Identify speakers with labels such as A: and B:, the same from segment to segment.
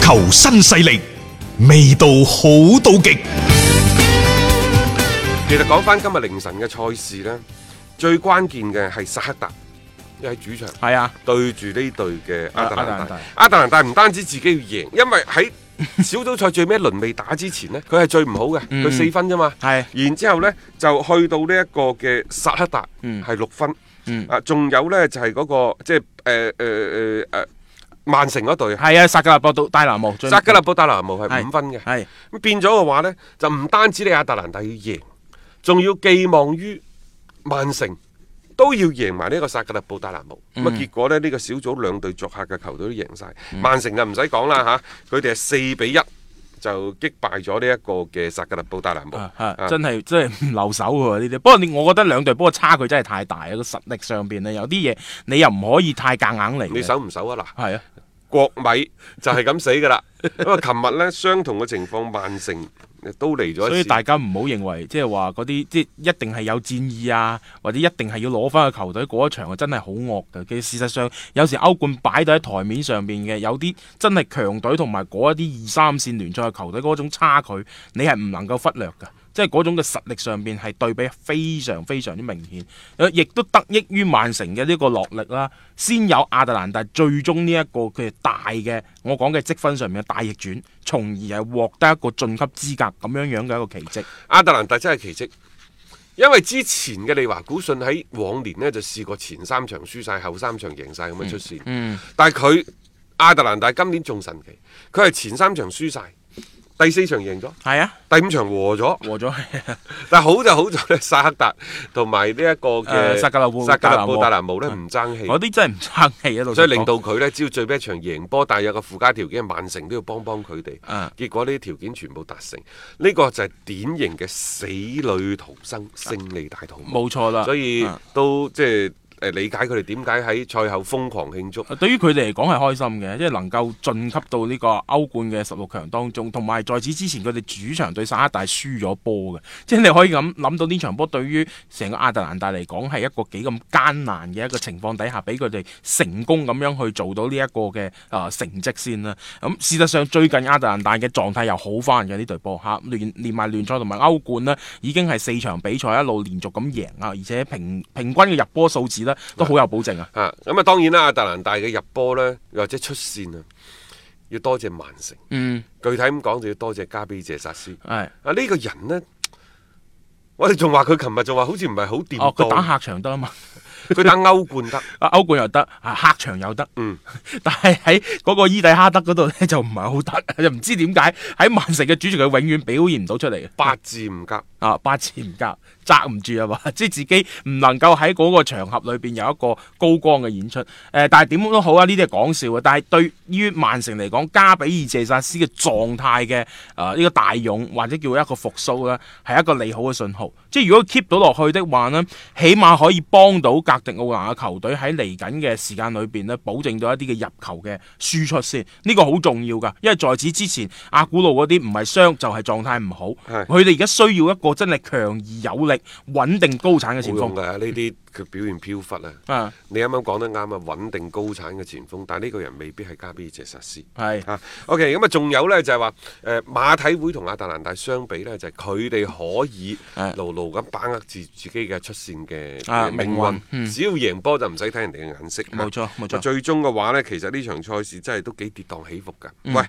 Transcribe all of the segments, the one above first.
A: 球新勢力，味道好到極。
B: 其實講翻今日凌晨嘅賽事呢，最關鍵嘅係薩克達，因為喺主場
C: 係啊，
B: 對住呢隊嘅亞特
C: 啊亞特
B: 蘭
C: 蘭大
B: 大。亞特蘭大唔單止自己要贏，因為喺 小組賽最尾一輪未打之前呢，佢係最唔好嘅，佢四分啫嘛。
C: 嗯係
B: 然之後呢，就去到呢一個嘅薩克達，
C: 嗯
B: 係六分。
C: 嗯
B: 啊，仲有呢，就係嗰個即係誒誒誒誒曼城嗰隊啊，
C: 係啊，薩格勒博到戴拿姆，最
B: 扎格勒布達拿姆係
C: 係
B: 五分嘅。
C: 係
B: 咁變咗嘅話呢，就唔單止你亞特蘭大要贏，仲要寄望於曼城都要贏埋呢個薩格勒布達拿姆。
C: 嗯
B: 咁啊、結果呢，呢、個小組兩隊作客嘅球隊都贏晒。曼城就唔使講啦嚇，佢哋係四比一就擊敗咗呢一個嘅薩格勒布達拿姆。
C: 啊
B: 啊
C: 啊真係真係唔留手喎呢啲。不過你我覺得兩隊波嘅差距真係太大啦，個實力上邊咧有啲嘢你又唔可以太夾硬嚟嘅。
B: 你守唔守啊？嗱，
C: 係啊，
B: 國米就係咁死噶 啦。咁啊，琴日呢，相同嘅情況，曼城都嚟咗一
C: 所以
B: 次
C: 大家唔好認為即係話嗰啲即係一定係有戰意啊，或者一定係要攞翻個球隊嗰一場啊，真係好惡嘅。其實事實上有時歐冠擺到喺台面上邊嘅，有啲真係強隊同埋嗰一啲二三線聯賽嘅球隊嗰種差距，你係唔能夠忽略嘅。即係嗰種嘅實力上邊係對比非常非常之明顯，呃亦都得益於曼城嘅呢個落力啦，先有亞特蘭大最終呢一個佢哋大嘅我講嘅積分上面嘅大逆轉，從而係獲得一個晉級資格咁樣樣嘅一個奇蹟。
B: 亞特蘭大真係奇蹟，因為之前嘅利華古信喺往年呢就試過前三場輸晒，後三場贏晒咁
C: 嗯
B: 樣出線。但係佢亞特蘭大今年仲神奇，佢係前三場輸晒，第四場贏咗，
C: 係啊，
B: 第五場和咗。
C: 和咗
B: 但係好就好在咧，薩克達同埋呢一個嘅
C: 誒薩格勒布
B: 薩格勒布
C: 達
B: 達
C: 拿
B: 拿姆呢唔爭氣。
C: 嗰啲真係唔爭氣啊！老實
B: 所以令到
C: 講
B: 佢呢，只要最尾一場贏波，但係有個附加條件，曼城都要幫幫佢哋。
C: 啊
B: 結果呢啲條件全部達成，呢、個就係典型嘅死裏逃生、勝利大逃亡。
C: 冇錯啦。
B: 所以
C: 啊
B: 都即係誒理解佢哋點解喺賽後瘋狂慶祝。
C: 對於佢哋嚟講係開心嘅，呃即係能夠晉級到呢個歐冠嘅十六強當中，同埋在此之前佢哋主場對薩克大輸咗波嘅，即係你可以咁諗到呢場波對於成個亞特蘭大嚟講係一個幾咁艱難嘅一個情況底下，俾佢哋成功咁樣去做到呢一個嘅啊、成績先啦。咁、事實上最近亞特蘭大嘅狀態又好翻嘅呢隊波嚇，連連埋聯賽同埋歐冠呢，已經係四場比賽一路連續咁贏啊，而且平平均嘅入波數字呢都好有保證啊。
B: 啊，咁啊當然啦，亞特蘭大嘅入波呢，又或者出線啊，要多謝曼城。
C: 嗯，
B: 具體咁講就要多謝加比謝薩斯。
C: 係。
B: 啊，呢、個人呢，我哋仲話佢琴日仲話好似唔係好
C: 哦，
B: 掂
C: 佢打
B: 當，
C: 客場得啊嘛，
B: 佢打歐冠得。
C: 啊歐冠又得，啊客場又得，
B: 嗯，
C: 但係喺嗰個伊蒂哈德嗰度咧就唔係好得，就唔知點解喺曼城嘅主場佢永遠表現唔到出嚟嘅，
B: 八字唔夾，
C: 啊八字唔夾，揸唔住啊嘛， 即係自己唔能夠喺嗰個場合裏邊有一個高光嘅演出，誒、但係點都好啊，呢啲係講笑嘅，但係對於曼城嚟講，加比爾謝薩斯嘅狀態嘅誒呢個大勇或者叫一個復甦咧，係一個利好嘅信號，即係如果 keep 到落去的話呢。起碼可以幫到格迪奧拿嘅球隊喺嚟緊嘅時間裏邊咧，保證到一啲嘅入球嘅輸出先，呢、個好重要㗎。因為在此之前，阿古路嗰啲唔係傷就係、狀態唔好，
B: 係
C: 佢哋而家需要一個真係強而有力、穩定高產嘅前
B: 冇用
C: 鋒
B: 㗎。呢啲佢表現飄忽啊。
C: 啊，
B: 你啱啱講得啱啊，穩定高產嘅前鋒，但係呢個人未必係加比爾謝薩斯。
C: 係
B: 啊，OK，咁啊，仲有呢，就係話，誒、馬體會同亞特蘭大相比呢，就係佢哋可以
C: 係
B: 牢牢咁把握住自己嘅出線嘅
C: 啊
B: 嘅命
C: 命
B: 運
C: 運，嗯
B: 只要贏波就唔使睇人哋嘅眼色。啊
C: 冇錯冇錯
B: 最終嘅話呢，其實呢場賽事真係都幾跌宕起伏㗎。
C: 嗯
B: 喂，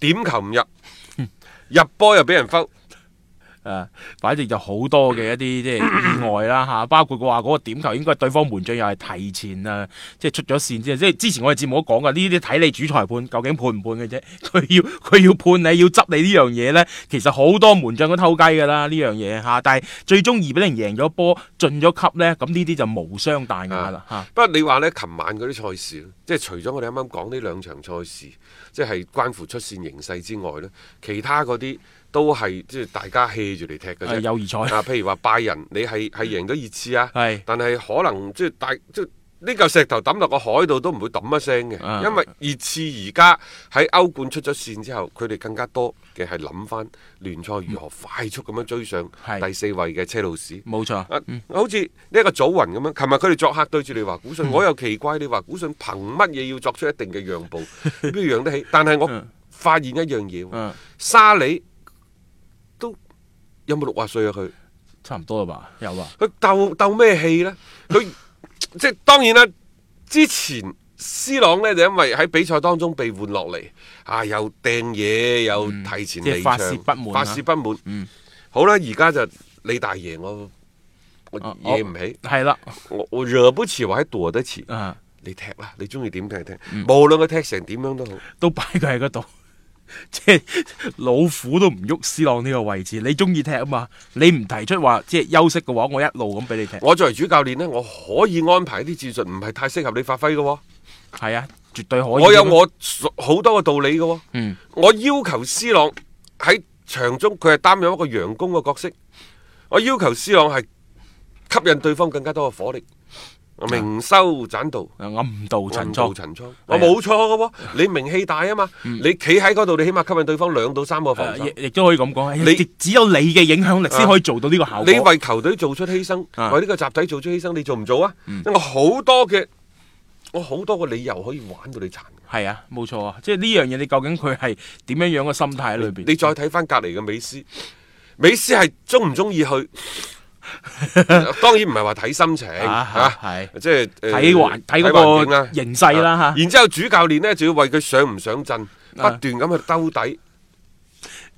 B: 點球唔入，入波又俾人 foul。
C: 誒、反正就好多嘅一 啲即係意外啦嚇，包括佢話嗰個點球應該係對方門將又係提前啊，即係出咗線之後，即係之前我哋節目都講噶，呢啲睇你主裁判究竟判唔判嘅啫， 佢要佢要判你要執你呢樣嘢呢，其實好多門將都偷雞㗎啦呢樣嘢嚇，但係最終二比零贏咗波，進咗級呢，咁呢啲就無傷大雅啦嚇。
B: 不過你話呢，琴晚嗰啲賽事呢，即係除咗我哋啱啱講呢兩場賽事，即係關乎出線形勢之外呢，其他嗰啲都係即係大家 hea 住嚟踢嘅
C: 誒
B: 啫。
C: 友誼賽
B: 啊，譬如話拜仁，你係係贏咗熱刺啊，
C: 嗯係
B: 但係可能即係大即係呢嚿石頭抌落個海度都唔會抌一聲
C: 啊
B: 嘅，因為熱刺而家喺歐冠出咗線之後，佢哋更加多嘅係諗翻聯賽如何快速咁樣追上
C: 係
B: 第四位嘅車路士。
C: 冇錯，
B: 啊，好似呢一個祖雲咁樣，琴日佢哋作客對住利華古信，
C: 嗯
B: 我又奇怪利華古信憑乜嘢要作出一定嘅讓步？邊度讓得起？但係我發現一樣嘢喎，
C: 嗯，
B: 沙里都有冇六啊歲啊佢？
C: 差唔多啦吧，有啊，
B: 佢鬥鬥咩氣呢？佢 即係當然啦，之前。斯朗呢，就因為喺比賽當中被換落嚟，啊又掟嘢又提前
C: 嗯即係
B: 離
C: 發
B: 場，
C: 泄不滿啊
B: 發泄不滿。
C: 嗯
B: 好啦，而家就李大爺我我
C: 啊
B: 惹唔起，
C: 係啦，
B: 我我惹不起，我喺躲得起。
C: 啊，
B: 你踢啦，你中意點踢踢，無論佢踢成點樣都好。
C: 都擺佢喺嗰度。 即係老虎都唔喐斯朗呢個位置，你中意踢啊嘛？你唔提出話即係休息嘅話，我一路咁俾你踢。
B: 我作為主教練呢，我可以安排啲戰術唔係太適合你發揮嘅喎，
C: 係啊，絕對可以。
B: 我有我所好多嘅道理嘅喎。
C: 嗯
B: 我要求斯朗喺場中佢係擔任一個佯攻嘅角色，我要求斯朗係吸引對方更加多嘅火力，明修棧道。
C: 暗度陳
B: 陳
C: 倉啊
B: 倉，。陳倉，我冇錯嘅喎，你名氣大啊嘛，你企喺嗰度，你起碼吸引對方兩到三個
C: 誒
B: 防守。
C: 啊亦亦都可以咁講，
B: 你啊
C: 亦只有你嘅影響力先可以做到呢個效果。
B: 你為球隊做出犧牲，
C: 啊嗯
B: 為呢個集體做出犧牲，你做唔做啊？我好多嘅，我好多個理由可以玩到你殘。
C: 係啊，冇錯啊，即係呢樣嘢，你究竟佢係點樣樣嘅心態喺裏邊？
B: 你再睇翻隔離嘅美斯，美斯係中唔中意去？ 當然唔係話睇心情
C: 啊
B: 嚇，
C: 係
B: 即係誒
C: 睇環睇嗰
B: 環境
C: 個形勢啦
B: 啊
C: 嚇，啊
B: 然之後主教練呢，就要為佢上唔上陣，不斷咁去兜底。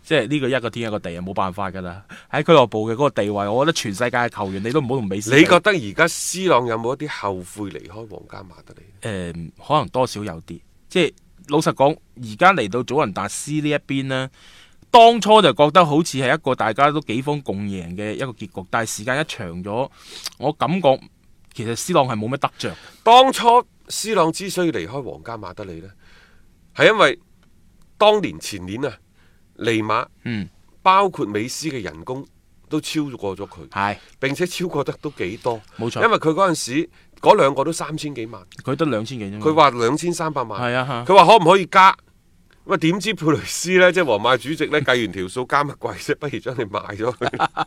C: 即係呢個一個天一個地啊，冇辦法㗎啦。喺俱樂部嘅嗰個地位，我覺得全世界嘅球員你都唔好同美斯比。
B: 你覺得而家 C 朗有冇一啲後悔離開皇家馬德里？
C: 誒、呃可能多少有啲，即係老實講，而家嚟到祖雲達斯呢一邊呢，當初就覺得好似係一個大家都幾方共贏嘅一個結局，但係時間一長咗，我感覺其實斯朗係冇乜得着，
B: 當初斯朗之所以離開皇家馬德里呢，係因為當年前年啊，尼馬
C: 嗯，
B: 包括美斯嘅人工都超過咗佢，
C: 係
B: 並且超過得都幾多。
C: 冇
B: 因
C: 錯，
B: 為佢嗰陣時嗰兩個都三千幾萬，
C: 佢得兩千幾啫嘛，
B: 佢話兩千三百萬，
C: 嗯係啊嚇，
B: 佢話可唔可以加？咁啊點知佩雷斯呢？即係皇馬主席呢，計完條數加乜貴啫，不如將你賣咗佢。
C: 啊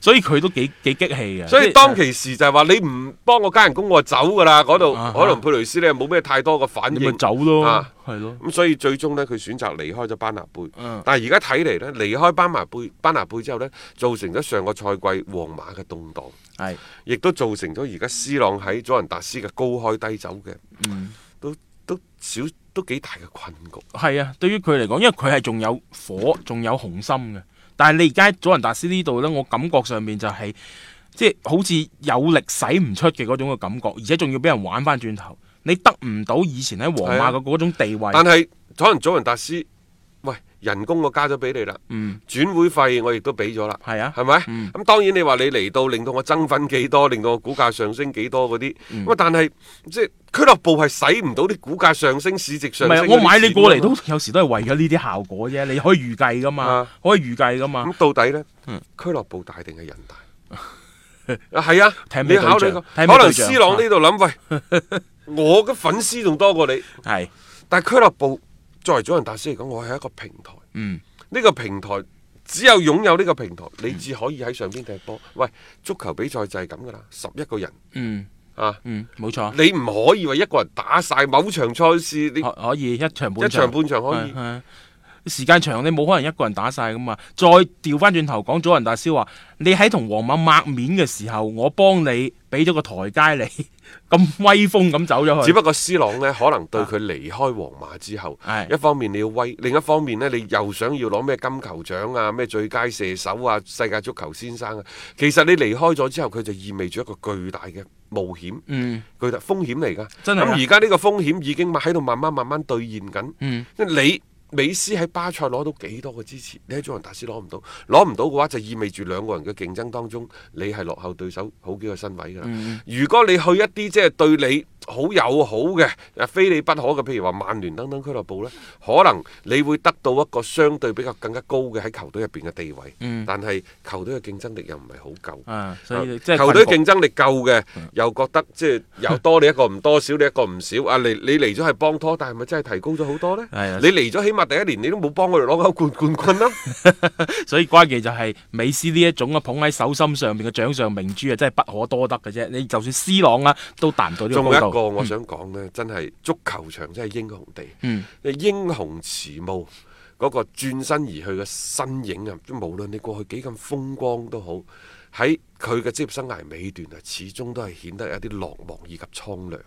C: 所以佢都幾幾激氣啊嘅，
B: 所以
C: 即係
B: 當其時就係話你唔幫我加人工，我就走噶啦。嗰度
C: 啊哈
B: 可能佩雷斯呢冇咩太多嘅反
C: 你咪
B: 應，
C: 走咯
B: 啊，
C: 係咯，
B: 咁所以最終呢，佢選擇離開咗班拿貝。
C: 嗯
B: 但係而家睇嚟呢，離開班拿貝班拿貝之後呢，造成咗上個賽季皇馬嘅動盪，
C: 係，
B: 亦都造成咗而家斯朗喺祖雲達斯嘅高開低走嘅，
C: 嗯。
B: 都都少都幾大嘅困局。
C: 係啊，對於佢嚟講，因為佢係仲有火，仲有雄心嘅。但係你而家喺祖雲達斯呢度呢，我感覺上面就係、即係好似有力使唔出嘅嗰種嘅感覺，而且仲要俾人玩翻轉頭，你得唔到以前喺皇馬嘅嗰種地位。
B: 但係可能祖雲達斯，喂人工我加咗俾你啦，
C: 嗯，
B: 轉會費我亦都俾咗啦。
C: 係啊，
B: 係咪？咁、
C: 嗯
B: 當然你話你嚟到令到我增粉幾多，令到我股價上升幾多嗰啲，咁、
C: 嗯
B: 啊但係即係俱樂部係使唔到啲股價上升、市值
C: 唔
B: 上升嗰啲
C: 係啊
B: 錢㗎嘛。
C: 我買你過嚟都有時都係為咗呢啲效果啫，你可以預計噶嘛，
B: 啊
C: 可以預計噶嘛，
B: 咁到底呢？
C: 嗯
B: 俱樂部大定係人大？ 啊係啊，
C: 睇咩
B: 你考慮
C: 對象啊
B: 過，
C: 睇咩
B: 可能
C: 對象
B: C 朗呢度諗，喂，我嘅粉絲仲多過你，
C: 係，
B: 但係俱樂部作為祖雲達斯嚟講，我係一個平台，
C: 嗯，
B: 呢、個平台。只有擁有呢個平台，你至可以喺上邊踢波。喂，足球比賽就係咁噶啦，十一個人
C: 嗯，
B: 啊，
C: 嗯，冇錯，
B: 你唔可以話一個人打晒某場賽事，你
C: 可可以一場啊半
B: 一場半場可以
C: 係。係時間長，你冇可能一個人打晒噶嘛。再調翻轉頭講，祖雲達斯話：你喺同皇馬抹面嘅時候，我幫你俾咗個台階你， 咁威風咁走咗
B: 只
C: 去。
B: 不過 C 朗呢，可能對佢離開皇馬之後，
C: 啊係
B: 一方面你要威，另一方面呢，你又想要攞咩金球獎啊、咩最佳射手啊、世界足球先生啊。其實你離開咗之後，佢就意味住一個巨大嘅冒險，
C: 嗯
B: 巨大風險嚟㗎。
C: 真係
B: 咁
C: 㗎
B: 而家呢個風險已經喺度慢慢慢慢兌現緊。
C: 嗯，
B: 因為你美斯喺巴塞攞到幾多個支持，你喺祖雲達斯攞唔到，攞唔到嘅話就意味住兩個人嘅競爭當中，你係落後對手好幾個身位㗎啦。
C: 嗯
B: 如果你去一啲即係對你好友好嘅，誒非你不可嘅，譬如話曼聯等等俱樂部呢，可能你會得到一個相對比較更加高嘅喺球隊入邊嘅地位，
C: 嗯
B: 但係球隊嘅競爭力又唔係好夠。
C: 啊，所以即係嗯
B: 球隊
C: 困局
B: 競爭力夠嘅，又覺得即係又多你一個唔多，少你一個唔少。啊，你你嚟咗係幫拖，但係咪真係提高咗好多呢？
C: 係啊
B: 你嚟咗起碼第一年你都冇幫我哋攞歐冠冠 軍啦。
C: 所以關鍵就係美斯呢一種啊捧喺手心上面嘅掌上明珠啊，真係不可多得嘅啫。你就算 C 朗啊，都達唔到呢個
B: 仲有一個
C: 高度。
B: 個我想講呢，真係足球場真係英雄地，
C: 嗯
B: 英雄遲暮嗰個轉身而去嘅身影啊！無論你過去幾咁風光都好，喺佢嘅職業生涯尾段啊，始終都係顯得有一啲落寞以及蒼涼。